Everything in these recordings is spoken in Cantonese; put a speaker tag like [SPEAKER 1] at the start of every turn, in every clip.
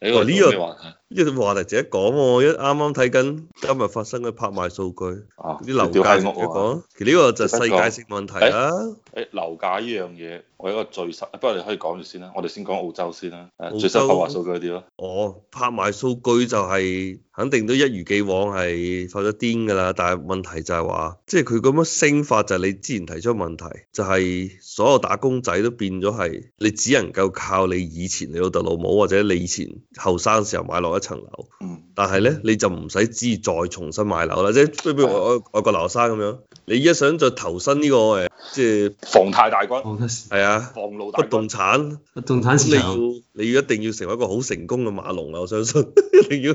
[SPEAKER 1] 呢個
[SPEAKER 2] 哦呢個
[SPEAKER 1] 咩話題
[SPEAKER 2] 呢個話題值得講喎，一啱啱睇緊今日發生嘅拍賣數據，
[SPEAKER 1] 啊？
[SPEAKER 2] 啲樓
[SPEAKER 1] 屌閪
[SPEAKER 2] 價值得
[SPEAKER 1] 屋啊！
[SPEAKER 2] 講。其實呢個就世界性問題啦。
[SPEAKER 1] 誒樓價呢樣嘢，我有一個最新，不過你可以講住先啦，我哋先講澳洲先啦，
[SPEAKER 2] 澳洲
[SPEAKER 1] 誒最新拍賣數據嗰啲咯。
[SPEAKER 2] 哦，拍賣數據就係、肯定都一如既往係發咗癲㗎啦，但係問題就係話，即係佢咁樣升法就係你之前提出嘅問題，就係、所有打工仔都變咗係你只能夠靠你以前你老豆老母或者你以前後生時候買落一層樓，
[SPEAKER 1] 嗯，
[SPEAKER 2] 但係咧你就唔使知再重新買樓啦，即係譬如我我外國留學生咁樣，你依家想再投身呢、個誒，即係
[SPEAKER 1] 房貸大軍，
[SPEAKER 3] 我覺得
[SPEAKER 2] 係啊
[SPEAKER 1] 房路大
[SPEAKER 2] 不
[SPEAKER 1] 軍
[SPEAKER 2] 動，產。
[SPEAKER 3] 動產
[SPEAKER 2] 咁
[SPEAKER 3] 市場
[SPEAKER 2] 你要你要一定要成為一個好成功嘅馬龍啊！我相信 一定要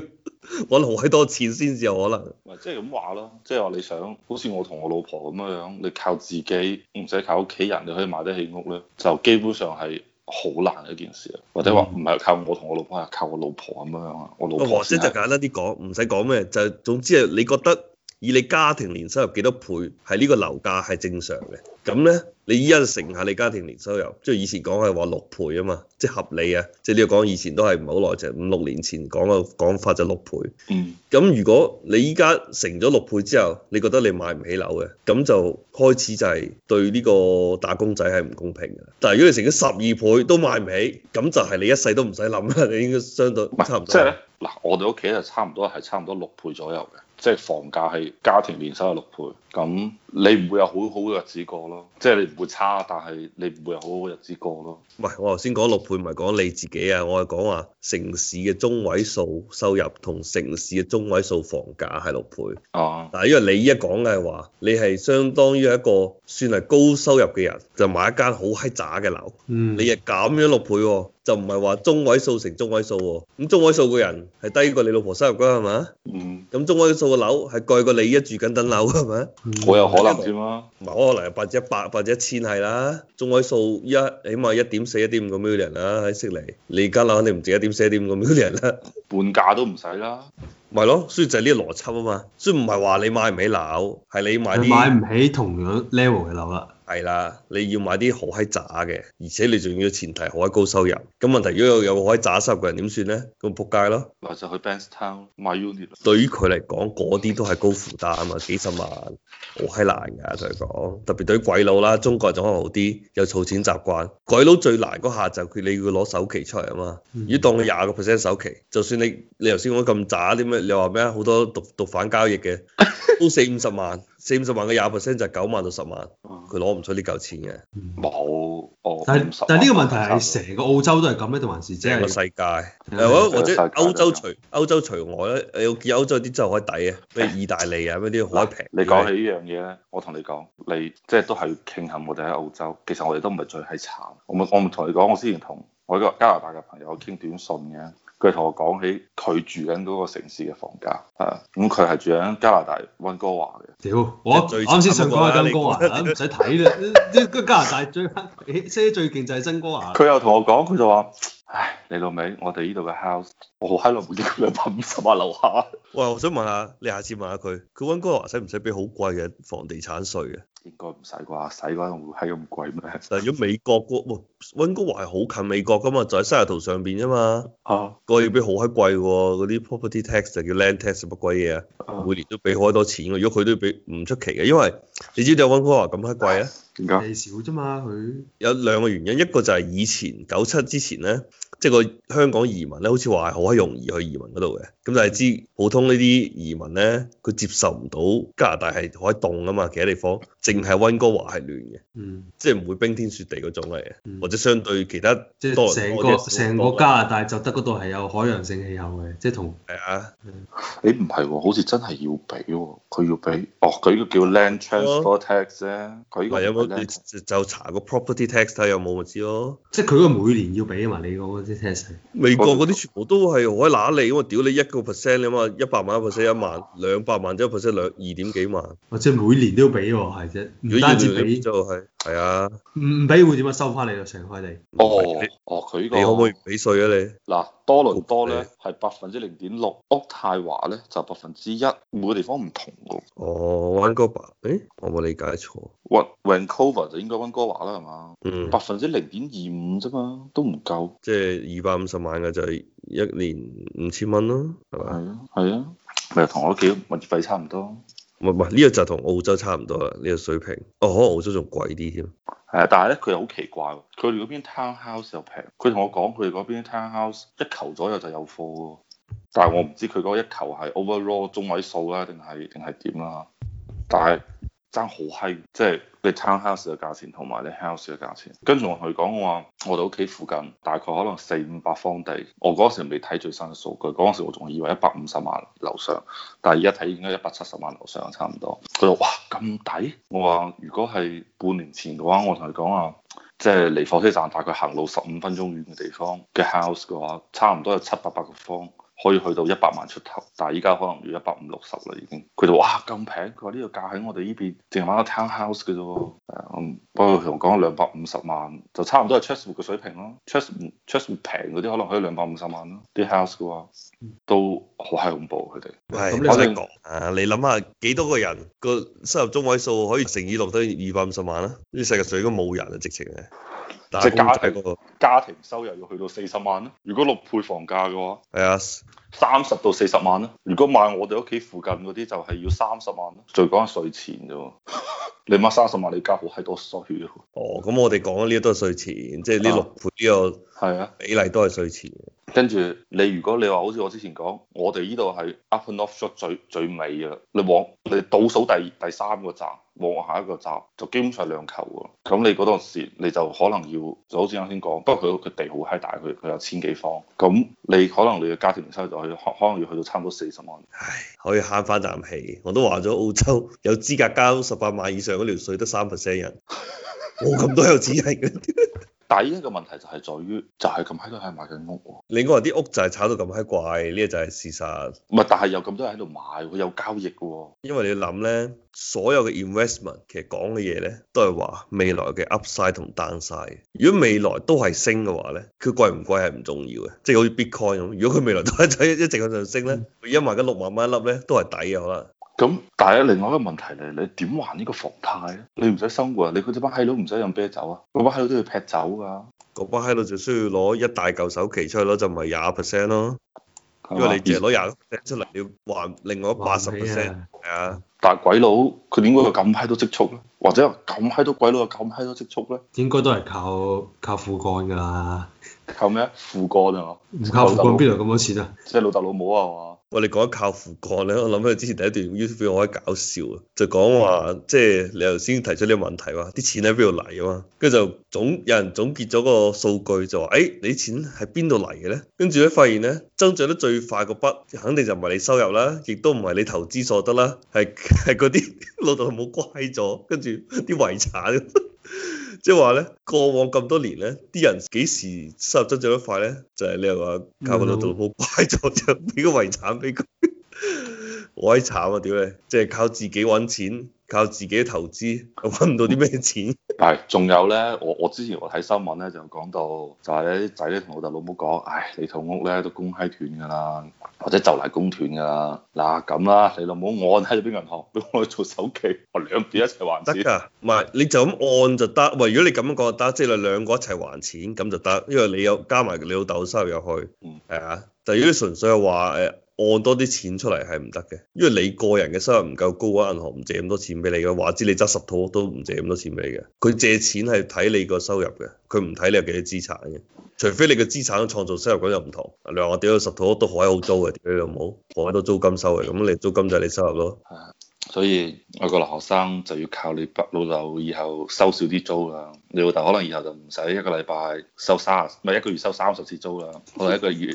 [SPEAKER 2] 揾好閪多錢先至有可能。
[SPEAKER 1] 咪即係咁話咯，即係話你想，好似我同我老婆咁樣樣，你靠自己唔使靠屋企人，你可以買得起屋咧，就基本上係。好難嘅一件事啊，或者
[SPEAKER 2] 嗯
[SPEAKER 1] 話唔係靠我同我老婆，係靠我老婆咁樣樣啊，我老
[SPEAKER 2] 或
[SPEAKER 1] 婆
[SPEAKER 2] 者
[SPEAKER 1] 先
[SPEAKER 2] 就
[SPEAKER 1] 係
[SPEAKER 2] 簡單啲講，唔使講咩，就總之係你覺得以你家庭年收入幾多倍係呢個樓價係正常嘅。咁咧，你依家就乘下你家庭年收入，即係以前講係話六倍啊嘛，即係合理啊。即係呢個講以前都係唔係好耐，就係五六年前講嘅講法就六倍。
[SPEAKER 1] 嗯，
[SPEAKER 2] 咁如果你依家成咗六倍之後，你覺得你買唔起樓嘅，咁就開始就係對呢個打工仔係唔公平嘅。但係如果你成咗十二倍都買唔起，咁就係你一世都唔使諗啦，你應該相對
[SPEAKER 1] 唔係
[SPEAKER 2] 差唔多。
[SPEAKER 1] 即係咧嗱，我哋屋企就差唔多係差唔多六倍左右嘅，即係房價係家庭年收入六倍，咁你唔會有好好嘅日子過咯，即係你唔會差，但係你唔會有好好嘅日子過咯。
[SPEAKER 2] 唔係，我頭先講六倍唔係講你自己啊，我係講話城市嘅中位數收入同城市嘅中位數房價係六倍。
[SPEAKER 1] 啊，
[SPEAKER 2] 但係因為你依家講嘅係話，你係相當於一個算係高收入嘅人，就買一間好閪渣嘅樓。
[SPEAKER 3] 嗯，
[SPEAKER 2] 你係咁樣六倍喎、就唔係話中位數乘中位數喎、咁中位數嘅人係低過你老婆收入㗎係嘛？
[SPEAKER 1] 嗯，
[SPEAKER 2] 咁中位數嘅樓係貴過你一住緊等樓係咪？
[SPEAKER 3] 嗯
[SPEAKER 1] 我有可能添啦。
[SPEAKER 2] 唔係可能係百分之一百、百分之一千係啦。中位數一起碼一點四、一點五個 million 啦喺悉尼，你間樓肯定唔止一點四、一點五個 million 啦。
[SPEAKER 1] 半價都唔使啦，
[SPEAKER 2] 咪咯，所以就係呢個邏輯啊嘛。所以唔係話你買唔起樓，係你買
[SPEAKER 3] 你買
[SPEAKER 2] 啲
[SPEAKER 3] 唔起同樣 level 嘅樓啦，
[SPEAKER 2] 係啦，你要買啲好閪渣嘅，而且你仲要前提好閪高收入。咁問題如果有有個好閪渣收入嘅人點算咧？咁仆街咯。
[SPEAKER 1] 或者去 Bankstown 買 unit 啦。
[SPEAKER 2] 對於佢嚟講，嗰啲都係高負擔啊嘛，幾十萬好閪難㗎，同佢講。特別對於鬼佬啦，中國人就可能好啲，有儲錢習慣。鬼佬最難嗰下就係佢你要攞首期出嚟啊嘛。
[SPEAKER 3] 嗯
[SPEAKER 2] 如果當你廿個 percent 首期，就算你你頭先講咁渣啲咩，你話咩啊好多毒毒販交易嘅，都四五十萬，四五十萬嘅廿 percent 就係九萬到十萬，佢攞唔出呢嚿錢嘅。
[SPEAKER 1] 啊冇，我
[SPEAKER 3] 但
[SPEAKER 1] 五十
[SPEAKER 3] 係但係呢個問題
[SPEAKER 1] 萬
[SPEAKER 3] 係成個澳洲都係咁咧，定還是即
[SPEAKER 2] 成個
[SPEAKER 3] 係
[SPEAKER 2] 世界，
[SPEAKER 3] 嗯
[SPEAKER 2] 誒或者或者
[SPEAKER 1] 成個世界
[SPEAKER 2] 歐洲除歐洲除外咧，誒我見歐洲啲真係好閪抵啊，咩意大利啊，咩啲好閪平。
[SPEAKER 1] 你講起呢樣嘢咧，我同你講，你即係都係慶幸我哋喺澳洲。其實我哋都唔係最係慘。我咪我咪同你講，我之前同我一個加拿大嘅朋友傾短信嘅，佢同我講起佢住緊嗰個城市嘅房價。係咁佢係住緊加拿大温哥華嘅。
[SPEAKER 3] 屌我我
[SPEAKER 2] 最
[SPEAKER 3] 啱先想講
[SPEAKER 2] 慘
[SPEAKER 3] 係
[SPEAKER 2] 嗰
[SPEAKER 3] 金
[SPEAKER 2] 個
[SPEAKER 3] 哥
[SPEAKER 2] 啦
[SPEAKER 3] 華啦，唔使 睇啦，即係加拿大最黑，即係最勁就係新哥啊華啦。
[SPEAKER 1] 佢又同我講，佢就話：唉，你老味，我哋呢度嘅 house，我好閪耐冇見過兩百五十萬樓下。
[SPEAKER 2] 喂，我想問下，你下次問下佢，佢温哥華使唔使俾好貴嘅房地產稅嘅？
[SPEAKER 1] 應該唔使啩，使嗰陣會係咁貴咩？
[SPEAKER 2] 但係如果美國嗰，哇温哥華係好近美國噶嘛，就喺西雅圖上邊啫嘛，
[SPEAKER 1] 啊，
[SPEAKER 2] 個要俾好閪貴喎，嗰啲 property tax 就叫 land tax 乜鬼嘢啊，每年都俾好多錢喎。如果佢都要俾，唔出奇嘅，因為你知唔知温哥華咁閪貴啊？
[SPEAKER 1] 點解？
[SPEAKER 3] 地少啫嘛，佢
[SPEAKER 2] 有兩個原因，一個就係以前九七之前咧，即係個香港移民咧，好似話係好閪容易去移民嗰度嘅。咁但係知普通呢啲移民咧，佢接受唔到加拿大係好閪凍啊嘛，其他地方淨係温哥華係暖嘅，
[SPEAKER 3] 嗯，
[SPEAKER 2] 即係唔會冰天雪地嗰種嚟嘅，
[SPEAKER 3] 嗯
[SPEAKER 2] 或者相對其他
[SPEAKER 3] 即
[SPEAKER 2] 多
[SPEAKER 3] 係
[SPEAKER 2] 人
[SPEAKER 3] 成
[SPEAKER 2] 多
[SPEAKER 3] 個
[SPEAKER 2] 啲
[SPEAKER 3] 成個加拿大就得嗰度係有海洋性氣候嘅，即係同
[SPEAKER 2] 係啊，
[SPEAKER 1] 誒唔係喎，好似真係要俾喎，佢要俾，哦佢呢個叫 land transfer tax 啫，佢呢
[SPEAKER 2] 咪哦有
[SPEAKER 1] 個唔
[SPEAKER 2] 冇
[SPEAKER 1] 係 land
[SPEAKER 2] 啊你就查個 property tax 睇下有冇咪知咯。
[SPEAKER 3] 即係佢嗰個每年要俾啊嘛，你講嗰啲 test 係
[SPEAKER 2] 美國嗰啲全部都係好閪揦脷，因為屌你一個 percent 你啊嘛，一百萬一 percent 一萬，兩百萬一 percent 兩二點幾萬。
[SPEAKER 3] 或者每年都要俾喎，係啫，
[SPEAKER 2] 如果
[SPEAKER 3] 唔
[SPEAKER 2] 要
[SPEAKER 3] 單
[SPEAKER 2] 你
[SPEAKER 3] 止俾
[SPEAKER 2] 搬咗落去，係啊，
[SPEAKER 3] 唔唔俾會點啊收翻你就成塊地，
[SPEAKER 1] 哦
[SPEAKER 2] 你
[SPEAKER 1] 哦，佢呢個
[SPEAKER 2] 你可唔可以唔哦俾税啊？你
[SPEAKER 1] 嗱，多倫多咧係百分之零點六，渥太華咧就百分之一，每個地方唔同喎。
[SPEAKER 2] 哦，温哥華，誒，我冇理解錯，
[SPEAKER 1] Van- Vancouver 就應該温哥華啦，係嘛？
[SPEAKER 2] 嗯
[SPEAKER 1] 百，分之零點二五啫嘛，都唔夠。
[SPEAKER 2] 即係二百五十萬嘅就係一年五千蚊咯，係嘛？
[SPEAKER 1] 係啊，係啊，咪同我屋企物業費差唔多。
[SPEAKER 2] 唔係唔係，呢個就同澳洲差唔多啦，呢個水平。哦，可能澳洲仲貴啲添。
[SPEAKER 1] 係啊，但係咧佢又好奇怪喎，佢哋嗰邊 townhouse 又平，佢同我講佢哋嗰邊 townhouse 一球左右就有貨喎，但係我唔知佢嗰一球係 overall 中位數啦，定係定係點啦，但係爭好閪，即係你 townhouse 嘅價錢同埋你 house 嘅價錢，跟住我同佢講我話，我哋屋企附近大概可能四五百方地，我嗰時未睇最新嘅數據，嗰時我仲以為一百五十萬樓上。但係而家睇應該一百七十萬樓上差唔多。佢話：哇咁抵！我話如果係半年前嘅話，我同佢講啊，即係離火車站大概行路十五分鐘遠嘅地方嘅 house 嘅話，差唔多有七八百個方。可以去到一百萬出頭，但係依家可能要一百五六十啦已經。佢就哇咁平，佢話呢個價喺我哋呢邊淨係買個 townhouse 嘅啫喎。嗯不過佢同我講兩百五十萬，就差唔多係 Chesswood 嘅水平咯。Chesswood Chesswood 平嗰啲可能可以兩百五十萬咯，啲 house 嘅話都好閪恐怖佢哋。
[SPEAKER 2] 係，咁
[SPEAKER 3] 咁你
[SPEAKER 2] 你
[SPEAKER 1] 可以
[SPEAKER 2] 講啊！你諗下幾多個人個收入中位數可以乘以六等於二百五十萬啦？呢世界上應該冇人啊，直情係。打
[SPEAKER 1] 即係
[SPEAKER 2] 工仔
[SPEAKER 1] 家庭
[SPEAKER 2] 嗰個
[SPEAKER 1] 家庭收入要去到四十萬咧，如果六倍房價嘅話，
[SPEAKER 2] 係啊，
[SPEAKER 1] 三十到四十萬咧。如果買我哋屋企附近嗰啲，就係要三十萬咯。再講係稅前啫喎， 你媽三十萬你交好閪多稅喎。
[SPEAKER 2] 哦，咁我哋講嘅呢啲都係稅前，即係呢
[SPEAKER 1] 啊
[SPEAKER 2] 六倍呢個
[SPEAKER 1] 係啊，
[SPEAKER 2] 比例都係稅前。
[SPEAKER 1] 跟住你如果你話好似我之前講，我哋呢度係 up and off shot 最最尾啊，你往你倒數第第三個站，往下一個站就基本上係兩球喎。咁你嗰陣時你就可能要就好似啱先講，不過佢佢地好閪大，佢佢有千幾方，咁你可能你嘅家庭收入就去可可能要去到差唔多四十萬。
[SPEAKER 2] 唉，可以慳翻啖氣。我都話咗澳洲有資格交十八萬以上嗰條税得三 percent 人， 冇咁多有錢人嘅。
[SPEAKER 1] 但係依家個問題就係在於，就係咁喺度喺買緊屋喎，
[SPEAKER 2] 你應該話啲屋就係炒到咁閪貴，呢個就係事實。
[SPEAKER 1] 唔係，但係有咁多人喺度買喎，有交易喎。
[SPEAKER 2] 因為你諗咧，所有嘅 investment 其實講嘅嘢咧，都係話未來嘅 upside 同 downside。如果未來都係升嘅話咧，佢貴唔貴係唔重要嘅，即係好似 Bitcoin 咁。如果佢未來都係一直向上升咧，佢一萬跟六萬蚊一粒咧，都係抵嘅可能。
[SPEAKER 1] 咁但係另外一個問題嚟，你點還呢個房貸咧？你唔使生活啊，你佢哋班閪佬唔使飲啤酒啊，嗰班閪佬都要劈酒㗎。
[SPEAKER 2] 嗰班喺度就需要攞一大嚿首期出去咯，就唔係廿 percent 咯，
[SPEAKER 1] 係
[SPEAKER 2] 因
[SPEAKER 1] 嘛
[SPEAKER 2] 為你淨係
[SPEAKER 1] 而
[SPEAKER 2] 攞廿 percent 出嚟，你要還另外八十
[SPEAKER 3] 還唔起
[SPEAKER 2] percent
[SPEAKER 3] 啊
[SPEAKER 2] 係啊。
[SPEAKER 1] 但係鬼佬佢點解有咁閪多積蓄咧？或者咁閪多鬼佬有咁閪多積蓄咧？
[SPEAKER 3] 應該都係靠靠父幹㗎啦，
[SPEAKER 1] 靠咩？父幹啊，
[SPEAKER 3] 唔靠父幹邊度咁多錢啊？
[SPEAKER 1] 即係老豆老母啊嘛。
[SPEAKER 2] 我哋講靠父幹咧，我諗起之前第一段 YouTube 片我覺得搞笑啊，就講話即係你頭先提出呢個問題話，啲錢喺邊度嚟啊嘛，跟住就總有人總結咗個數據就話，誒、哎你啲錢喺邊度嚟嘅咧？跟住咧發現咧增長得最快個筆，肯定就唔係你收入啦，亦都唔係你投資所得啦，係係嗰啲老豆老母乖咗，跟住啲遺產。 即係話咧，過往咁多年咧，啲人幾時收入增長得快咧？就係、你又話靠個老豆老母拐咗就俾個遺產俾佢， 好閪慘啊！屌你，即係靠自己揾錢，靠自己投資，又揾唔到啲咩錢。
[SPEAKER 1] 係，仲有咧，我我之前我睇新聞咧就講到，就係咧啲仔咧同老豆老母講，唉，你套屋咧都供閪斷㗎啦，或者就嚟供斷㗎啦，嗱咁啦，你老母按喺咗邊銀行俾我去做首期，我兩邊一齊還
[SPEAKER 2] 得
[SPEAKER 1] 錢。
[SPEAKER 2] 㗎，唔係你就咁按就得。喂，如果你咁樣講就得，即係你兩個一齊還錢咁就得，因為你有加埋你老豆收入入去，
[SPEAKER 1] 嗯
[SPEAKER 2] 係啊。但係如果你純粹係話誒按多啲錢出嚟係唔得嘅，因為你個人嘅收入唔夠高啊，銀行唔借咁多錢俾你嘅。話知你執十套屋都唔借咁多錢俾你嘅，佢借錢係睇你個收入嘅，佢唔睇你有幾多資產嘅。除非你嘅資產創造收入嗰就唔同，你話我屌十套屋都好閪好租嘅，屌你老母，好閪多租金收嘅，咁你租金就係你收入咯。
[SPEAKER 1] 所以外國留學生就要靠你北老豆以後收少啲租啦。你老豆可能以後就唔使一個禮拜收三十，唔係一個月收三十次租啦，可能一個月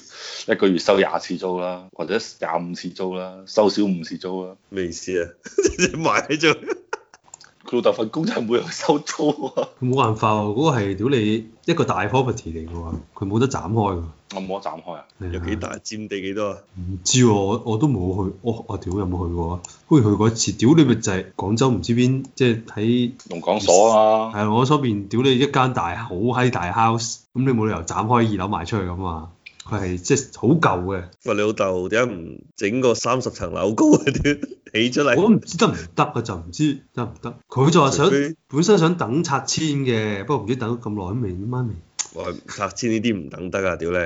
[SPEAKER 1] 一個月收廿次租啦，或者 廿五次租啦，收少五次租啦。
[SPEAKER 2] 咩意思啊？買咗。
[SPEAKER 1] 佢老豆份工就係每日去收租啊。
[SPEAKER 3] 佢冇辦法喎，嗰個係屌你一個大 property 嚟嘅喎，佢冇得斬開㗎。
[SPEAKER 1] 我冇得斬開啊！
[SPEAKER 2] 有幾大？佔地幾多啊？
[SPEAKER 3] 唔知喎，我我都冇去，我我屌有冇去過啊？好似去過一次，屌你咪就係廣州唔知邊，即係喺
[SPEAKER 1] 農港所啊，
[SPEAKER 3] 係我所邊，屌你一間大好閪大 house，咁你冇理由斬開二樓賣出去㗎嘛？佢係即係好舊嘅，
[SPEAKER 2] 喂，你老豆點解唔整個三十層樓高嗰啲 起出
[SPEAKER 3] 我
[SPEAKER 2] 嚟？
[SPEAKER 3] 都唔知得唔得啊，就唔知得唔得。佢就話想
[SPEAKER 2] 除非
[SPEAKER 3] 本身想等拆遷嘅，不過唔知等咗咁耐都未，媽咪。
[SPEAKER 2] 喂，拆遷呢啲唔等得啊！屌你，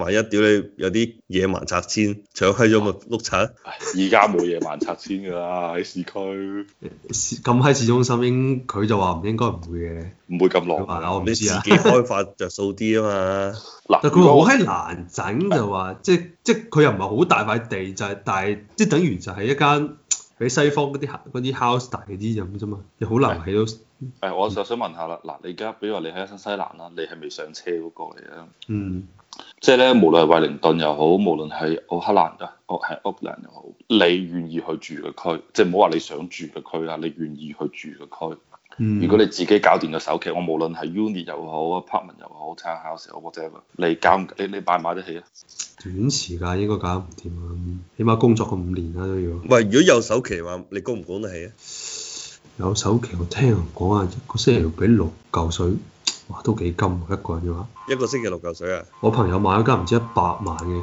[SPEAKER 2] 萬一屌你有啲野蠻拆遷，搶閪咗咪
[SPEAKER 3] 啊
[SPEAKER 2] 碌柒？
[SPEAKER 1] 唉而家冇夜晚拆遷㗎啦，喺市區
[SPEAKER 3] 市咁喺市中心應佢就話唔應該唔會嘅，
[SPEAKER 1] 唔會咁
[SPEAKER 3] 佢話
[SPEAKER 1] 浪。
[SPEAKER 3] 嗱我唔
[SPEAKER 2] 你自
[SPEAKER 3] 知
[SPEAKER 2] 己
[SPEAKER 3] 啊。
[SPEAKER 2] 開發着數啲啊嘛。
[SPEAKER 1] 嗱，
[SPEAKER 3] 但佢
[SPEAKER 1] 如果
[SPEAKER 3] 話好
[SPEAKER 1] 我
[SPEAKER 3] 閪難整，就話即即佢又唔係好大塊地，就係、但係即等於就係一間比西方嗰啲嗰啲 house 大啲咁啫嘛，又好難起到。
[SPEAKER 1] 誒，我就想問下啦，嗱，你而家比如話你喺新西蘭啦，你係未上車嗰個嚟啊？
[SPEAKER 3] 嗯，
[SPEAKER 1] 即係咧，無論係惠靈頓又好，無論係奧克蘭啊，奧係奧克蘭又好，你願意去住嘅區，即係唔好話你想住嘅區啦，你願意去住嘅區。
[SPEAKER 3] 嗯
[SPEAKER 1] 如果你自己搞掂個首期，我無論係 unit 又好，apartment 又好，townhouse 又好，whatever，你搞唔你你買唔買得起啊？
[SPEAKER 3] 短時間應該搞唔掂啊，起碼工作個五年啦都要。
[SPEAKER 2] 喂，如果有首期話，你供唔供得起啊？
[SPEAKER 3] 有首期我聽人講啊，一個星期要俾六嚿水，哇都幾金喎一個人嘅話。
[SPEAKER 2] 一個星期六嚿水啊？
[SPEAKER 3] 我朋友買咗間唔知一百萬嘅，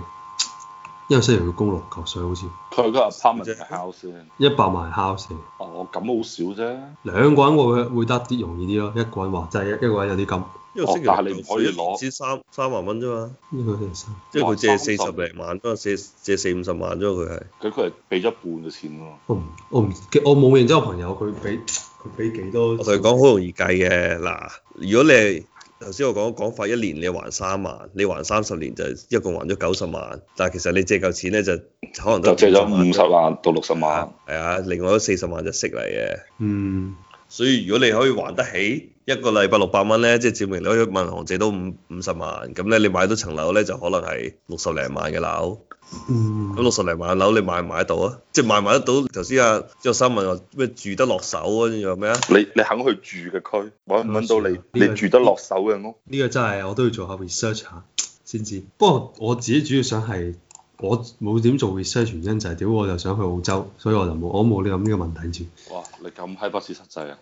[SPEAKER 3] 一個星期要供六嚿水好似，
[SPEAKER 1] 佢嗰個 apartment
[SPEAKER 2] 啫
[SPEAKER 1] 定係 house 先？
[SPEAKER 3] 一百萬 house 嚟。
[SPEAKER 1] 哦，咁好少啫。
[SPEAKER 3] 兩個人會會得啲容易啲咯，一個人話真係一一個人有啲金，
[SPEAKER 2] 一個星期六
[SPEAKER 1] 哦但係你唔
[SPEAKER 2] 嚿
[SPEAKER 1] 可以
[SPEAKER 2] 水
[SPEAKER 1] 攞
[SPEAKER 2] 先三三萬蚊啫嘛，
[SPEAKER 3] 呢個真係生。
[SPEAKER 2] 即係佢借
[SPEAKER 1] 哇
[SPEAKER 2] 四十零萬，不過借借四五十萬啫嘛，佢係。
[SPEAKER 1] 佢佢係俾咗一半嘅錢喎。
[SPEAKER 3] 我唔我唔記我冇認真，我朋友佢俾佢俾幾多？
[SPEAKER 2] 我同你講好容易計嘅，嗱，如果你係頭先我講講法，一年你還三萬，你還三十年就一共還咗九十萬，但係其實你借嚿錢咧就可能
[SPEAKER 1] 就
[SPEAKER 2] 都
[SPEAKER 1] 借咗五十萬到六十萬
[SPEAKER 2] 萬，，係啊，另外四十萬就息嚟嘅，
[SPEAKER 3] 嗯，
[SPEAKER 2] 所以如果你可以還得起一個禮拜六百蚊咧，即係證明你可以問銀行借到五五十萬，咁咧你買到層樓咧就可能係六十零萬嘅樓。
[SPEAKER 3] 嗯
[SPEAKER 2] 咁六十零萬樓你買唔買得到啊？即係買唔買得到？頭先啊，有三問話咩住得落手啊？跟住話咩啊？
[SPEAKER 1] 你你肯去住嘅區，揾唔揾到你
[SPEAKER 3] 呢個
[SPEAKER 1] 你住得落手嘅屋？
[SPEAKER 3] 呢個真係我都要做下 research 下先知。不過我自己主要想係我冇點做 research 原因就係屌我就想去澳洲，所以我就冇我冇你諗呢個問題住。
[SPEAKER 1] 哇！你咁閪不切實際啊！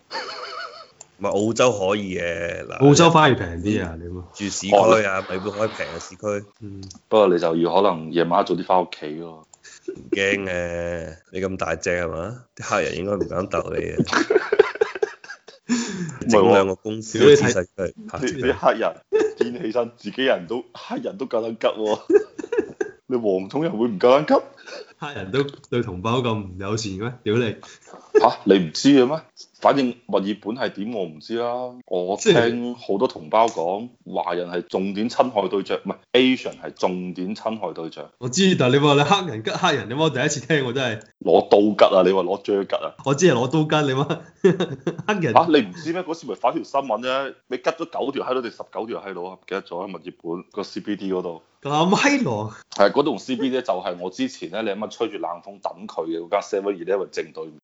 [SPEAKER 2] 唔係澳洲可以嘅嗱，
[SPEAKER 3] 澳洲反而平啲啊，你嘛？
[SPEAKER 2] 住市區啊，咪會可以平嘅市區，
[SPEAKER 3] 嗯，
[SPEAKER 1] 不過你就要可能夜晚早啲翻屋企咯。
[SPEAKER 2] 唔驚嘅。你咁大隻係嘛？啲客人應該唔敢鬥你嘅。整兩個公司嘅姿勢出嚟嚇
[SPEAKER 1] 你你黑人見起身，自己人都 黑人都夠膽急喎、 你黃種人會唔夠膽急
[SPEAKER 3] 黑人都對同胞咁唔友善咩？屌你！
[SPEAKER 1] 嚇、你唔知嘅咩？反正墨爾本係點我唔知啦。我
[SPEAKER 3] 即係
[SPEAKER 1] 聽好多同胞講，華人係重點侵害對象，唔係 Asian 係重點侵害對象，
[SPEAKER 3] 我知，但係你話你黑人吉黑人，你媽我第一次聽我真係。
[SPEAKER 1] 攞刀吉啊！你話攞鋸吉啊！
[SPEAKER 3] 我只係攞刀根，你媽 黑人
[SPEAKER 1] 啊！你唔知咩？嗰次咪發條新聞啫，你吉咗九條閪佬定十九條閪佬啊？唔記得咗喺墨爾本個 CBD 嗰度。
[SPEAKER 3] 咁閪狼，
[SPEAKER 1] 係嗰棟 CBD 就係我之前咧，你啱啱吹住冷風等佢嘅嗰間 Seven Eleven 正對面。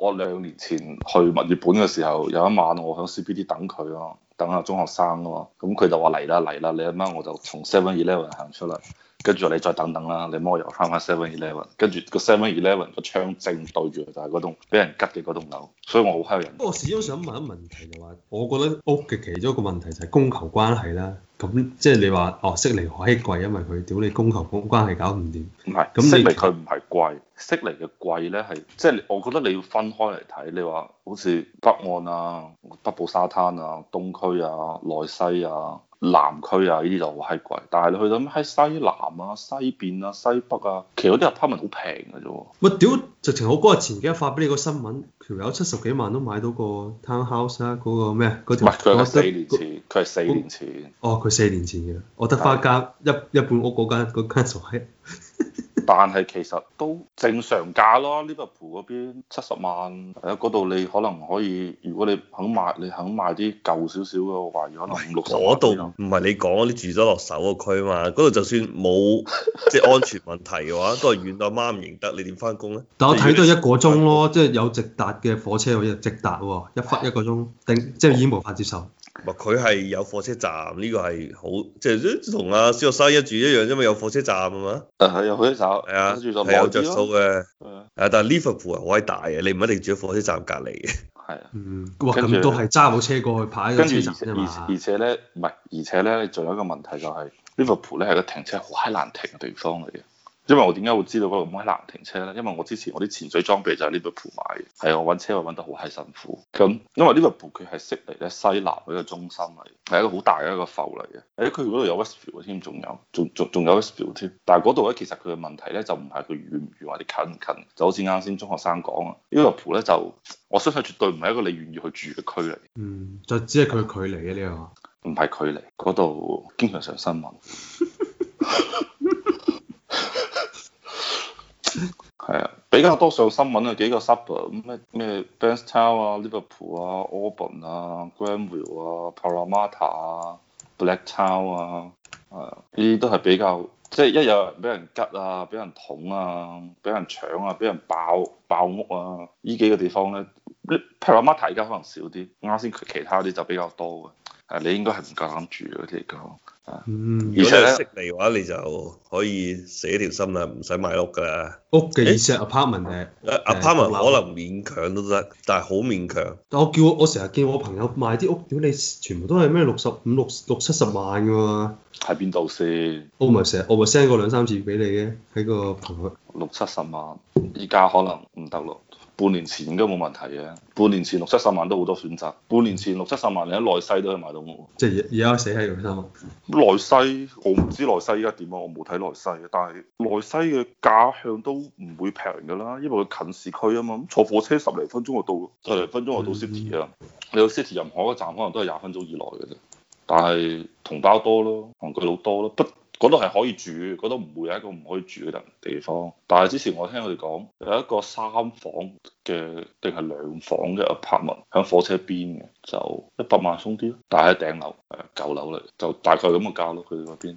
[SPEAKER 1] 我兩年前去墨爾本嘅時候，有一晚我喺 CBD 等佢咯，等下中學生啊嘛。咁佢就話嚟啦嚟啦，你阿媽我就從 Seven Eleven 行出嚟，跟住你再等等啦，你媽我又翻返 Seven Eleven，跟住個 Seven Eleven 個窗正對住就係嗰棟俾人吉嘅嗰棟樓，所以我好閪有人。
[SPEAKER 3] 不過我始終想問一個問題就話，我覺得屋嘅其中一個問題就係供求關係啦。咁即係你話哦，悉尼海貴，因為佢屌你供求關係搞唔掂。
[SPEAKER 1] 唔係，
[SPEAKER 3] 咁
[SPEAKER 1] 悉
[SPEAKER 3] 你
[SPEAKER 1] 尼佢唔係貴，悉尼嘅貴咧係，即係我覺得你要分開嚟睇。你話好似北岸啊、北部沙灘啊、東區啊、內西啊、南區啊，呢啲就好閪貴。但係你去到喺西南啊、西邊啊、西北啊，其實嗰啲 apartment 好平嘅啫喎。
[SPEAKER 3] 我啊屌，直情我嗰日前幾日發俾你個新聞，條友七十幾萬都買到個 townhouse 啦，嗰個咩啊嗰
[SPEAKER 1] 唔
[SPEAKER 3] 條。
[SPEAKER 1] 係，佢係四年
[SPEAKER 3] 嗰。
[SPEAKER 1] 前，佢係四年前。
[SPEAKER 3] 哦，佢四年前嘅，我得翻間一一半屋嗰間嗰間傻閪。
[SPEAKER 1] 但係其實都正常價咯，利物浦嗰邊七十萬，誒嗰度你可能可以，如果你肯買，你肯買啲舊少少嘅話，可能五六十萬
[SPEAKER 2] 嗰
[SPEAKER 1] 左
[SPEAKER 2] 度
[SPEAKER 1] 右
[SPEAKER 2] 唔係你講嗰啲住咗落手個區嘛，嗰度就算 冇即係安全問題嘅話，都係遠到媽唔認得，你點翻工咧？
[SPEAKER 3] 但我睇到一個鐘咯，即係有直達嘅火車，有直達喎，一忽一個鐘，定即係已經無法接受。
[SPEAKER 2] 唔係佢係有火車站，呢、個係好即係同阿小學生一住一樣啫嘛，有火車站啊嘛，
[SPEAKER 1] 誒呃有佢一手，
[SPEAKER 2] 係啊，
[SPEAKER 1] 跟住就
[SPEAKER 2] 係有
[SPEAKER 1] 攞
[SPEAKER 2] 着
[SPEAKER 1] 啲
[SPEAKER 2] 數
[SPEAKER 1] 咯，
[SPEAKER 2] 嘅。
[SPEAKER 1] 係啊
[SPEAKER 2] 啊！但係 Liverpool 係好閪大嘅，啊你唔一定住喺火車站隔離嘅。
[SPEAKER 1] 係啊。
[SPEAKER 3] 嗯，哇，
[SPEAKER 1] 跟住
[SPEAKER 3] 咁都係揸部車過去泊喺個
[SPEAKER 1] 跟住
[SPEAKER 3] 車
[SPEAKER 1] 而
[SPEAKER 3] 站
[SPEAKER 1] 且
[SPEAKER 3] 啫
[SPEAKER 1] 而
[SPEAKER 3] 嘛
[SPEAKER 1] 而。且咧，唔係而且咧，仲有一個問題就係 Liverpool 咧係個停車好閪難停嘅地方嚟嘅。因為我點解會知道嗰度咁閪難停車咧？因為我之前我啲潛水裝備就係 Liverpool 買嘅，係我揾車位揾得好閪辛苦。咁因為 Liverpool 佢係悉尼咧西南嘅一個中心嚟，係一個好大嘅一個埠嚟嘅。誒，佢嗰度有 Westfield 添，仲有仲仲仲有 Westfield 添。但係嗰度咧，其實佢嘅問題咧就唔係佢遠唔遠或者近唔近，就好似啱先中學生講啊，Liverpool 咧就我相信絕對唔係一個你願意去住嘅區嚟。
[SPEAKER 3] 嗯，就只係佢距離嘅呢
[SPEAKER 1] 唔係距離，嗰度經常上新聞。係啊，比較多上新聞啊，幾個 suburb 咩咩 Bankstown 啊、Liverpool 啊、Auburn 啊、Granville 啊、Parramatta 啊、Blacktown 啊，係啊，呢啲都係比較即係一有人俾人吉啊、俾人捅啊、俾人搶啊、俾人爆爆屋啊，呢幾個地方咧，Parramatta 而家可能少啲，啱先佢其他啲就比較多嘅。誒，啊你應該係唔夠膽住嗰啲嚟講。
[SPEAKER 3] 個。嗯，
[SPEAKER 2] 如
[SPEAKER 1] 而
[SPEAKER 2] 果
[SPEAKER 1] 且
[SPEAKER 2] 你
[SPEAKER 1] 呢
[SPEAKER 2] 係悉尼嘅話，你就可以死條心啦，唔使買屋㗎啦。
[SPEAKER 3] 屋嘅意思係 apartment 啊嚟。
[SPEAKER 2] 誒
[SPEAKER 3] 誒
[SPEAKER 2] apartment
[SPEAKER 3] 獨立
[SPEAKER 2] 可能勉強都得，但係好勉強。
[SPEAKER 3] 但我叫我成日見我朋友賣啲屋，屌你全部都係咩六十五、六六七十萬㗎嘛。
[SPEAKER 1] 喺邊度先？
[SPEAKER 3] 我咪成日我咪 send 過兩三次俾你嘅喺個朋友。
[SPEAKER 1] 六七十萬，依家可能唔得咯。半年前應該冇問題嘅，半年前六七十萬都好多選擇。半年前六七十萬你喺內西都可以買到屋。
[SPEAKER 3] 即係而而家死喺度三萬。
[SPEAKER 1] 內西我唔知內西依家點啊，我冇睇內西嘅，但係內西嘅價向都唔會平㗎啦，因為佢近市區啊嘛，咁坐火車十零分鐘就到，十零分鐘就到 city 啊。你到 city 任何一個站可能都係廿分鐘以內嘅啫，但係同胞多咯，韓國佬多咯，不嗰度係可以住，嗰度唔會有一個唔可以住嘅地方。但係之前我聽佢哋講有一個三房嘅定係兩房嘅 apartment 喺火車邊嘅，就一百萬鬆啲咯，但係喺頂樓誒舊樓嚟，就大概咁嘅價咯，佢哋嗰邊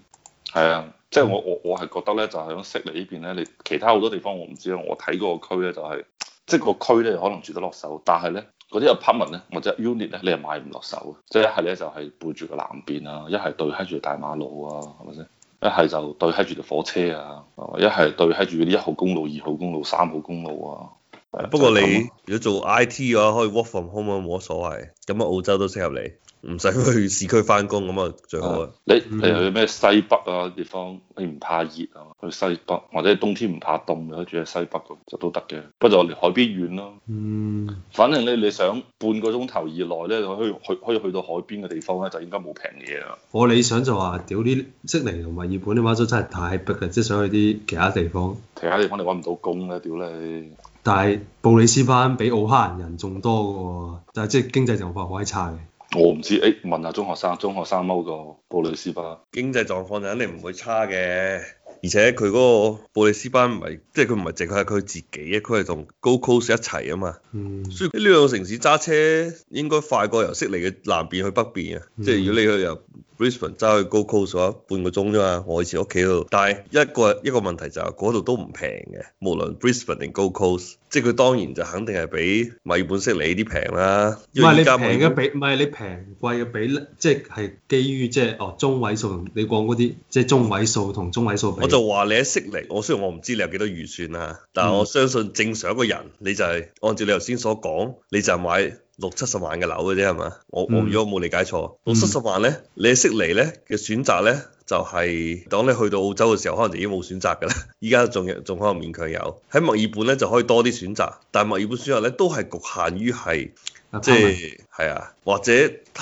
[SPEAKER 1] 係啊。即係我我我係覺得咧，就係喺悉尼呢邊咧，你其他好多地方我唔知啦。我睇嗰個區咧就係、即係個區咧可能住得落手，但係咧嗰啲 apartment 咧或者 unit 咧，你係買唔落手嘅。即係一係咧就係背住個南邊啊，一係對喺住大馬路啊，係咪先？一係就對喺住條火車啊，係嘛一係對喺住啲一號公路、二號公路、三號公路啊。誒
[SPEAKER 2] 不過
[SPEAKER 1] 就係咁
[SPEAKER 2] 你
[SPEAKER 1] 咯
[SPEAKER 2] 如果做 IT 嘅話，可以 work from home 啊，冇乜所謂。咁啊，澳洲都適合你，唔使去市區翻工咁啊，最好啊。
[SPEAKER 1] 你你去咩西北啊地方，你唔怕熱啊？去西北或者冬天唔怕凍嘅，住喺西北咁就都得嘅。不過就離海邊遠咯。
[SPEAKER 3] 嗯，
[SPEAKER 1] 反正你你想半個鐘頭以內咧，就可以去可以去到海邊嘅地方咧，就應該冇平嘢啊啦。
[SPEAKER 3] 我理想就話屌啲悉尼同埋日本啲馬洲真係太逼啊啦，即係想去啲其他地方。
[SPEAKER 1] 其他地方你揾唔到工咧，屌你！
[SPEAKER 3] 但係布里斯班比奧克蘭人仲多嘅喎，但係即係經濟狀況好閪差嘅。
[SPEAKER 1] 我唔知，誒、問下中學生，中學生踎過布里斯班，
[SPEAKER 2] 經濟狀況就肯定唔會差嘅，而且佢嗰個布里斯班唔係，即係佢唔係淨係佢自己嘅，佢係同 Go Coast 一齊啊嘛，
[SPEAKER 3] 嗯，
[SPEAKER 2] 所以呢兩個城市揸車應該快過由悉尼嘅南邊去北邊啊，
[SPEAKER 3] 嗯
[SPEAKER 2] 即係如果你去由 Brisbane 揸去 Go Coast 嘅話，半個鐘啫嘛，我以前屋企嗰度，但係一個一個問題就係嗰度都唔平嘅，無論 Brisbane 定 Go Coast，即係佢當然就肯定係比墨爾本悉尼啲平啦，
[SPEAKER 3] 唔
[SPEAKER 2] 因為
[SPEAKER 3] 係你
[SPEAKER 2] 依家墨爾
[SPEAKER 3] 平嘅
[SPEAKER 2] 本
[SPEAKER 3] 比，唔係你平貴嘅比例，即係係基於即係哦中位數同你講嗰啲，即係中位數同中位數比。
[SPEAKER 2] 我就話你喺悉尼，我雖然我唔知你有幾多預算啦，但
[SPEAKER 3] 嗯
[SPEAKER 2] 係我相信正常一個人，你就係、按照你頭先所講，你就係買六七十萬嘅樓嘅啫，係嘛？我我
[SPEAKER 3] 嗯
[SPEAKER 2] 如果我冇理解錯，六七十萬咧，你喺悉尼咧嘅選擇咧。就係、當你去到澳洲嘅時候，可能就已經冇選擇㗎啦。 依家仲有仲可能勉強有喺墨爾本咧，就可以多啲選擇，但係墨爾本選擇咧都係局限於係
[SPEAKER 3] 誒
[SPEAKER 2] 即係係啊，或者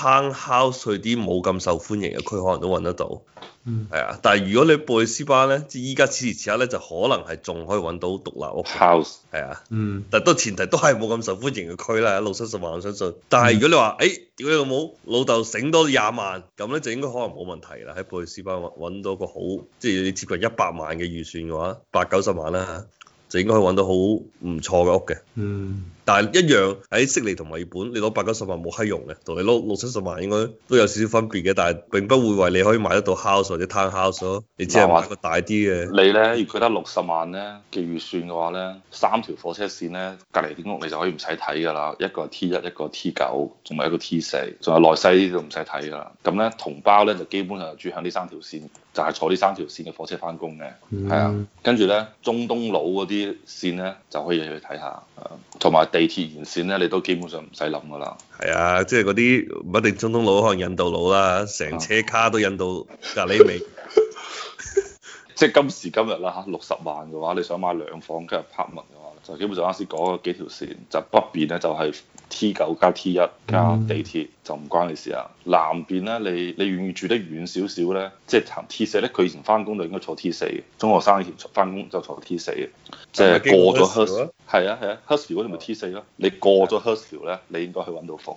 [SPEAKER 2] townhouse 去啲冇咁受歡迎嘅區，可能都揾得到。
[SPEAKER 3] 嗯
[SPEAKER 2] 係啊，但係如果你貝斯班咧，即係依家此時此刻咧，就可能係仲可以揾到獨立屋。
[SPEAKER 1] house
[SPEAKER 2] 係啊，
[SPEAKER 3] 嗯
[SPEAKER 2] 但都前提都係冇咁受歡迎嘅區啦，老實實話我相信。但係如果你話，誒、屌你老母，老豆醒多廿萬，咁咧就應該可能冇問題啦。喺貝斯班揾揾到個好，即係你接近一百萬嘅預算嘅話，八九十萬啦就應該可以揾到好唔錯嘅屋嘅。
[SPEAKER 3] 嗯
[SPEAKER 2] 但係一樣喺悉尼同墨爾本，你攞八九十萬冇閪用嘅，同你攞六七十萬應該都有少少分別嘅，但係並不會為你可以買得到 house 或者 townhouse 咯，你只係買個大啲嘅。
[SPEAKER 1] 你咧，如果得六十萬咧嘅預算嘅話咧，三條火車線咧，隔離啲屋你就可以唔使睇㗎啦。一個係 T 一，一個 T 九，仲有一個 T 四，仲有內西呢啲都唔使睇㗎啦。咁咧，同胞咧就基本上就主向呢三條線，就係、坐呢三條線嘅火車翻工嘅。
[SPEAKER 3] 嗯
[SPEAKER 1] 係啊，跟住咧，中東路嗰啲線咧就可以去睇下，啊同埋地鐵沿線咧，你都基本上唔使諗㗎啦。
[SPEAKER 2] 係啊，即係嗰啲唔一定中東佬，可能印度佬啦，成車卡都印到隔離尾。
[SPEAKER 1] 即係今時今日啦嚇，六十萬嘅話，你想買兩房跟住拍文嘅話，就基本上啱先講嘅幾條線，就北邊咧就係 T 九加 T 一加地鐵，就唔關你事啊。南邊咧，你你願意住得遠少少咧，即係行 T 四咧，佢以前翻工就應該坐 T 四嘅，中學生以前翻工就坐 T 四嘅，即係過咗 h e r s
[SPEAKER 2] 經過 Hurstville 啊
[SPEAKER 1] 係啊係啊 h e r s t 嗰啲咪 T 四咯，你過咗 h e r s t 咧，你應該去揾到房。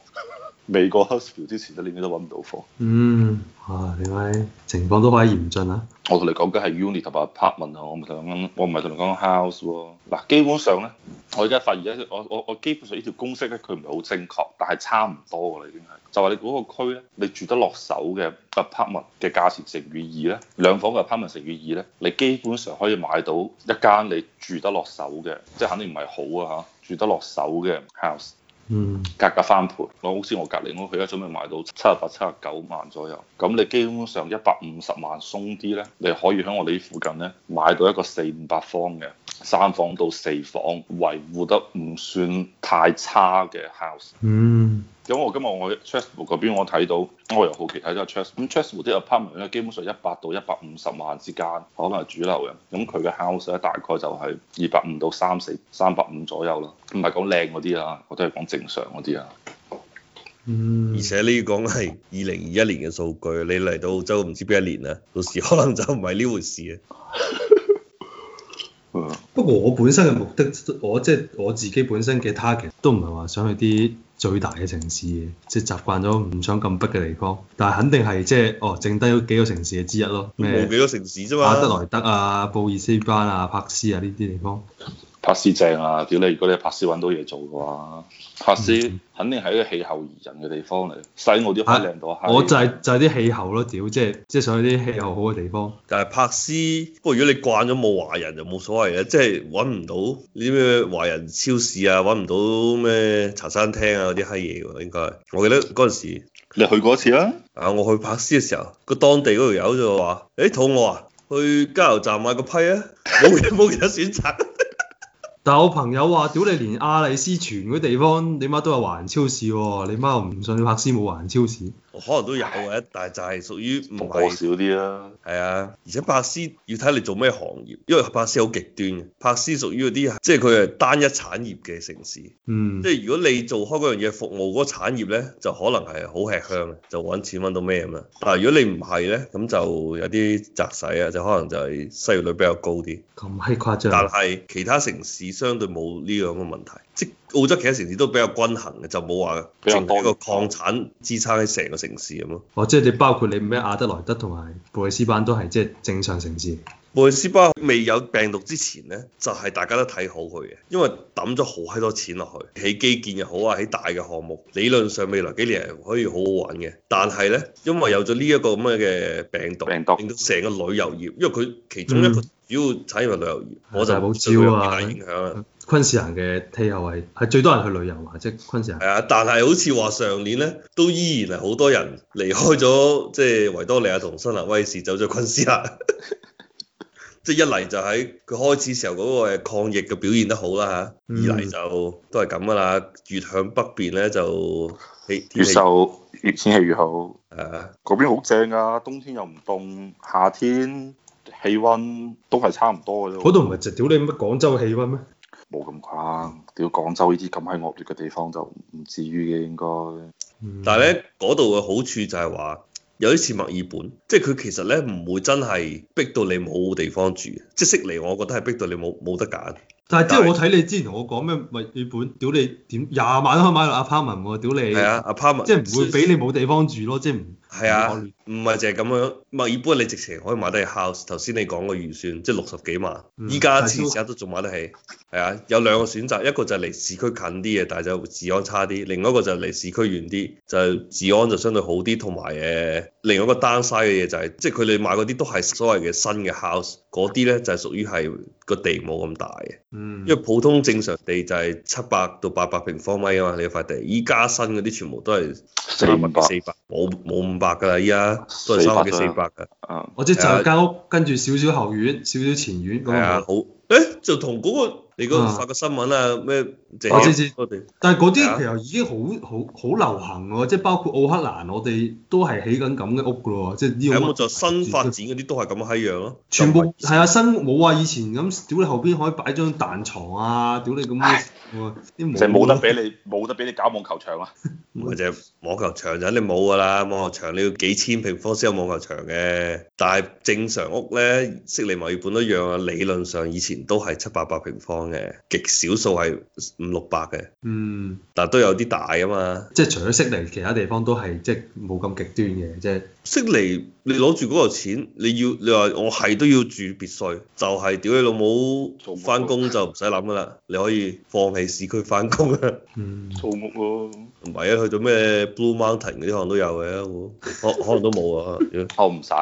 [SPEAKER 1] 未過 h e r s t 之前咧，你應該都揾唔到房。
[SPEAKER 3] 嗯，啊，你咪情況都可以嚴峻啊！
[SPEAKER 1] 我同你講緊係 unit 同埋 apartment 啊，我唔係同你講，我唔係同你講 house 喎。嗱，基本上咧，我而家發現咧，我我我基本上呢條公式咧，佢唔係好精確，但係差唔多㗎啦已經係。就話你嗰個區咧，你住得落手嘅 apartment 嘅價錢乘以二咧，兩房嘅 apartment 乘以二咧，你基本上可以買到一間你住得落手嘅，即係肯定唔係好啊嚇，住得落手嘅 house。
[SPEAKER 3] 嗯
[SPEAKER 1] 價格翻倍，我好似我隔離屋，佢而家準備賣到七十八、七十九萬左右。咁你基本上一百五十萬鬆啲呢，你可以喺我哋呢附近呢買到一個四五百方嘅三房到四房，維護得唔算太差嘅 house。
[SPEAKER 3] 嗯
[SPEAKER 1] 因為我今日我喺 Chesswood 嗰邊我睇到，我又好奇睇咗 Chesswood。咁 Chesswood 啲 apartment 咧，基本上一百到一百五十萬之間，可能係主流嘅。咁佢嘅 house 咧，大概就係二百五到三四三百五左右啦。唔係講靚嗰啲啊，我都係講正常嗰啲啊。
[SPEAKER 3] 嗯，
[SPEAKER 2] 而且呢講係二零二一年嘅數據，你嚟到澳洲唔知邊一年啊，到時可能就唔係呢回事啊。
[SPEAKER 1] 嗯
[SPEAKER 3] 不過我本身嘅目的，我即係我自己本身嘅 target 都唔係話想去啲最大嘅城市嘅，即係習慣咗唔想咁逼嘅地方。但係肯定係即係哦，剩低嗰幾個城市嘅之一咯，
[SPEAKER 2] 冇
[SPEAKER 3] 咩
[SPEAKER 2] 幾多城市啫嘛。
[SPEAKER 3] 阿德萊德啊、布爾斯班啊、柏斯啊呢啲地方。
[SPEAKER 1] 柏斯正啊！屌你，如果你喺柏斯揾到嘢做嘅話，柏斯肯定係一個氣候宜人嘅地方嚟。西澳啲海靚到閪
[SPEAKER 3] 我就係、就係、啲氣候咯，屌，即係即係想去啲氣候好嘅地方。
[SPEAKER 2] 但係柏斯，不過如果你慣咗冇華人就冇所謂嘅，即係揾唔到呢啲咩華人超市啊，揾唔到咩茶餐廳啊嗰啲閪嘢喎，應該。我記得嗰陣時
[SPEAKER 1] 你去過一次啦、
[SPEAKER 2] 啊，我去柏斯嘅時候，個當地嗰條友就話：，誒、肚餓啊，去加油站買個批啊，冇冇其他選擇。
[SPEAKER 3] 但係我朋友話：屌你連阿里斯泉嗰地方，你媽都有華人超市喎、你媽唔信柏斯冇華人超市。
[SPEAKER 2] 可能都有嘅，但係就係屬於唔
[SPEAKER 1] 同我
[SPEAKER 2] 係
[SPEAKER 1] 少啲啦。
[SPEAKER 2] 係啊，而且柏斯要睇你做咩行業，因為柏斯好極端嘅，柏斯屬於嗰啲即係佢係單一產業嘅城市。
[SPEAKER 3] 嗯
[SPEAKER 2] 即係如果你做開嗰樣嘢服務嗰個產業咧，就可能係好吃香嘅，就揾錢揾到咩咁樣。但係如果你唔係咧，咁就有啲擲使啊，就可能就係失業率比較高啲。
[SPEAKER 3] 咁閪誇張。
[SPEAKER 2] 但係其他城市相對冇呢樣嘅問題，即係澳洲其他城市都比較均衡嘅，就冇話
[SPEAKER 1] 比較
[SPEAKER 2] 淨
[SPEAKER 1] 多
[SPEAKER 2] 係一個礦產支撐喺成個城市咁咯。
[SPEAKER 3] 哦，即係你包括你咩亞德萊德同埋布里斯班都係即係正常城市。
[SPEAKER 2] 布里斯巴未有病毒之前呢，就係、大家都睇好佢嘅，因為抌咗好閪多錢落去，起基建又好啊，起大嘅項目，理論上未來幾年係可以好好玩嘅。但係呢，因為有咗呢一個咁嘅病毒，
[SPEAKER 1] 病毒
[SPEAKER 2] 令到成個旅遊業，因為佢其中一個主要產業係旅遊業，我就
[SPEAKER 3] 大堡
[SPEAKER 2] 對佢有
[SPEAKER 3] 礁啊
[SPEAKER 2] 幾大影響啊。
[SPEAKER 3] 昆士蘭嘅氣候係係最多人去旅遊啊，即係昆士蘭。
[SPEAKER 2] 係啊，但係好似話上年呢，都依然係好多人離開咗即係維多利亞同新南威士，走咗昆士蘭。 即係一嚟就喺佢開始時候嗰個誒抗疫嘅表現得好啦嚇，
[SPEAKER 3] 嗯
[SPEAKER 2] 二嚟就都係咁噶啦，越向北邊咧就氣
[SPEAKER 1] 越
[SPEAKER 2] 天氣
[SPEAKER 1] 瘦越天氣越好，嗰
[SPEAKER 2] 係啊
[SPEAKER 1] 邊好正啊！冬天又唔凍，夏天氣温都係差唔多嘅啫。
[SPEAKER 3] 嗰度唔係就屌你乜廣州氣温咩？
[SPEAKER 1] 冇咁誇。屌廣州呢啲咁閪惡劣嘅地方就唔至於嘅應該。
[SPEAKER 3] 嗯
[SPEAKER 2] 但係咧，嗰度嘅好處就係話有啲似墨爾本，即係佢其實咧唔會真係逼到你冇地方住，即係悉尼，我覺得係逼到你冇冇得揀。
[SPEAKER 3] 但係即係我睇你之前同我講咩墨爾本，屌你點廿萬都可以買到 apartment 喎，屌你！
[SPEAKER 2] 係啊，apartment
[SPEAKER 3] 即係唔會俾你冇地方住咯，即係唔
[SPEAKER 2] 係啊，唔係就係咁樣。墨爾本你直情可以買得起 house，頭先你講個預算即係六十幾萬，
[SPEAKER 3] 嗯
[SPEAKER 2] 依家
[SPEAKER 3] 但係
[SPEAKER 2] 次
[SPEAKER 3] 都
[SPEAKER 2] 時刻都仲買得起。係啊，有兩個選擇，一個就係離市區近啲嘅，但係就治安差啲；另一個就係離市區遠啲，就係治安就相對好啲，同埋誒另一個 downside 嘅嘢就係、即係佢哋買嗰啲都係所謂嘅新嘅 house，嗰啲咧就係屬於係個地冇咁大嘅。
[SPEAKER 3] 嗯，
[SPEAKER 2] 因為普通正常地就係七百到八百平方米啊嘛，你塊地，依家新嗰啲全部都係
[SPEAKER 1] 四五百
[SPEAKER 2] 四百，冇冇五百㗎啦，依家都係三百幾四百㗎，
[SPEAKER 1] 啊，
[SPEAKER 3] 我即
[SPEAKER 2] 係啊
[SPEAKER 3] 係就間屋跟住少少後院、少少前院
[SPEAKER 2] 係啊，
[SPEAKER 3] 嗰個，
[SPEAKER 2] 好，誒就同嗰個你嗰
[SPEAKER 3] 啊
[SPEAKER 2] 度發個新聞啊咩，
[SPEAKER 3] 我
[SPEAKER 2] 謝
[SPEAKER 3] 知知
[SPEAKER 2] 我哋
[SPEAKER 3] 但係嗰
[SPEAKER 2] 係啊
[SPEAKER 3] 啲其實已經好好好流行喎，即係包括奧克蘭，我哋都係起緊咁嘅屋噶咯喎，即係呢
[SPEAKER 2] 有
[SPEAKER 3] 個
[SPEAKER 2] 冇
[SPEAKER 3] 屋
[SPEAKER 2] 就新發展嗰啲都係咁閪樣咯，
[SPEAKER 3] 全部
[SPEAKER 2] 就唔係
[SPEAKER 3] 係啊新冇話以前咁，屌你後邊可以擺張彈床啊，屌你咁嘅喎啲
[SPEAKER 1] 就係冇得俾你冇得俾你搞網球場啊！
[SPEAKER 2] 唔係就係網球場就肯定冇㗎啦，網球場你要幾千平方先有網球場嘅，但係正常屋咧，悉尼墨爾本都一樣啊，理論上以前都係七八百平方嘅，極少數係五六百嘅，
[SPEAKER 3] 嗯，
[SPEAKER 2] 但係都有啲大啊嘛。
[SPEAKER 3] 即係除咗悉尼，其他地方都係即係冇咁極端嘅，即係
[SPEAKER 2] 悉尼你攞住嗰嚿錢，你要你話我係都要住別墅，就係、屌你老母
[SPEAKER 1] 做，乜
[SPEAKER 2] 翻工就唔使諗㗎啦，你可以放棄市區翻工啊。
[SPEAKER 3] 嗯
[SPEAKER 1] 租屋咯，
[SPEAKER 2] 唔係啊，去到咩 Blue Mountain 嗰啲可能都有嘅，我可可能都冇啊。屌
[SPEAKER 1] 我唔使。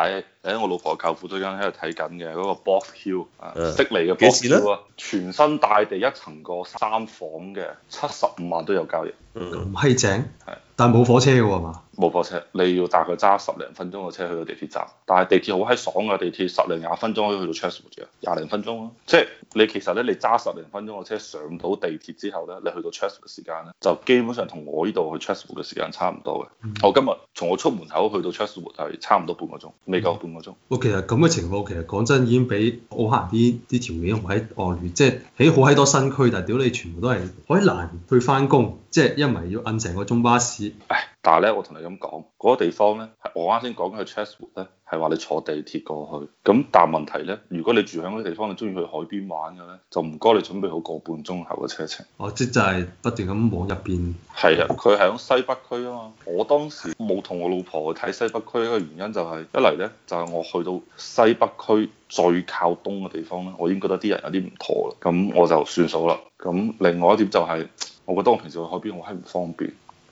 [SPEAKER 1] 誒，我老婆舅父最近喺度睇緊嘅嗰個 Box Hill，啊
[SPEAKER 2] 嗯
[SPEAKER 1] 悉尼嘅
[SPEAKER 2] 幾
[SPEAKER 1] Box
[SPEAKER 2] 錢呢
[SPEAKER 1] Hill 啊，全新大地一層個三房嘅，七十五萬都有交易，
[SPEAKER 2] 嗯。
[SPEAKER 3] 咁閪正
[SPEAKER 1] 係，
[SPEAKER 3] 但係冇火車嘅喎係嘛？
[SPEAKER 1] 冇火車，你要大概揸十零分鐘嘅車去到地鐵站，但係地鐵好閪爽啊㗎，地鐵十零廿分鐘可以去到 Chatswood 嘅，廿零分鐘咯。即係你其實咧，你揸十零分鐘嘅車上到地鐵之後咧，你去到 Chatswood 嘅時間咧，就基本上同我呢度去 Chatswood 嘅時間差唔多嘅。
[SPEAKER 2] 嗯
[SPEAKER 1] 我今日從我出門口去到 Chatswood 係差唔多半個鐘，未夠半個鐘。
[SPEAKER 3] 喂，其實咁嘅情況，其實講真已經比奧克蘭啲啲條件好喺惡劣，即係喺好喺多新區，但係屌你全部都係好閪難去翻工，即係因為要摁成個鐘巴士，
[SPEAKER 1] 唉，但係咧，我同你咁講，嗰、個地方咧，係我啱先講緊去 Chatswood 咧，係話你坐地鐵過去。咁但係問題咧，如果你住喺嗰啲地方，你中意去海邊玩嘅咧，就唔該你準備好個半鐘頭嘅車程。
[SPEAKER 3] 哦，即就係不斷咁往入邊，
[SPEAKER 1] 係啊，佢係喺西北區啊嘛。我當時冇同我老婆去睇西北區嘅原因就係、一嚟呢，就係、我去到西北區最靠東嘅地方咧，我已經覺得啲人有啲唔妥啦。咁我就算數啦。咁另外一點就係、我覺得我平時去海邊我係唔方便。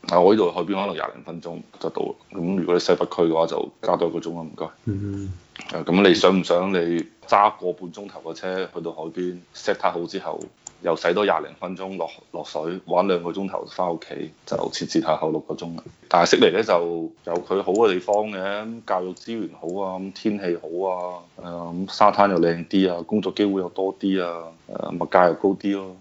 [SPEAKER 1] 啊！我呢度去海邊可能廿零分鐘就到啦。咁如果你西北區嘅話，就加多一個鐘啦，唔該。
[SPEAKER 3] 嗯，
[SPEAKER 1] 誒啊咁你想唔想你揸個半鐘頭嘅車去到海邊 set 好之後，又使多廿零分鐘落落水玩兩個鐘頭翻屋企，就設置下後六個鐘啦。啊但係悉尼咧就有佢好嘅地方嘅，咁教育資源好啊，咁天氣好啊，誒、咁沙灘又靚啲啊，工作機會又多啲啊，誒、物價又高啲咯、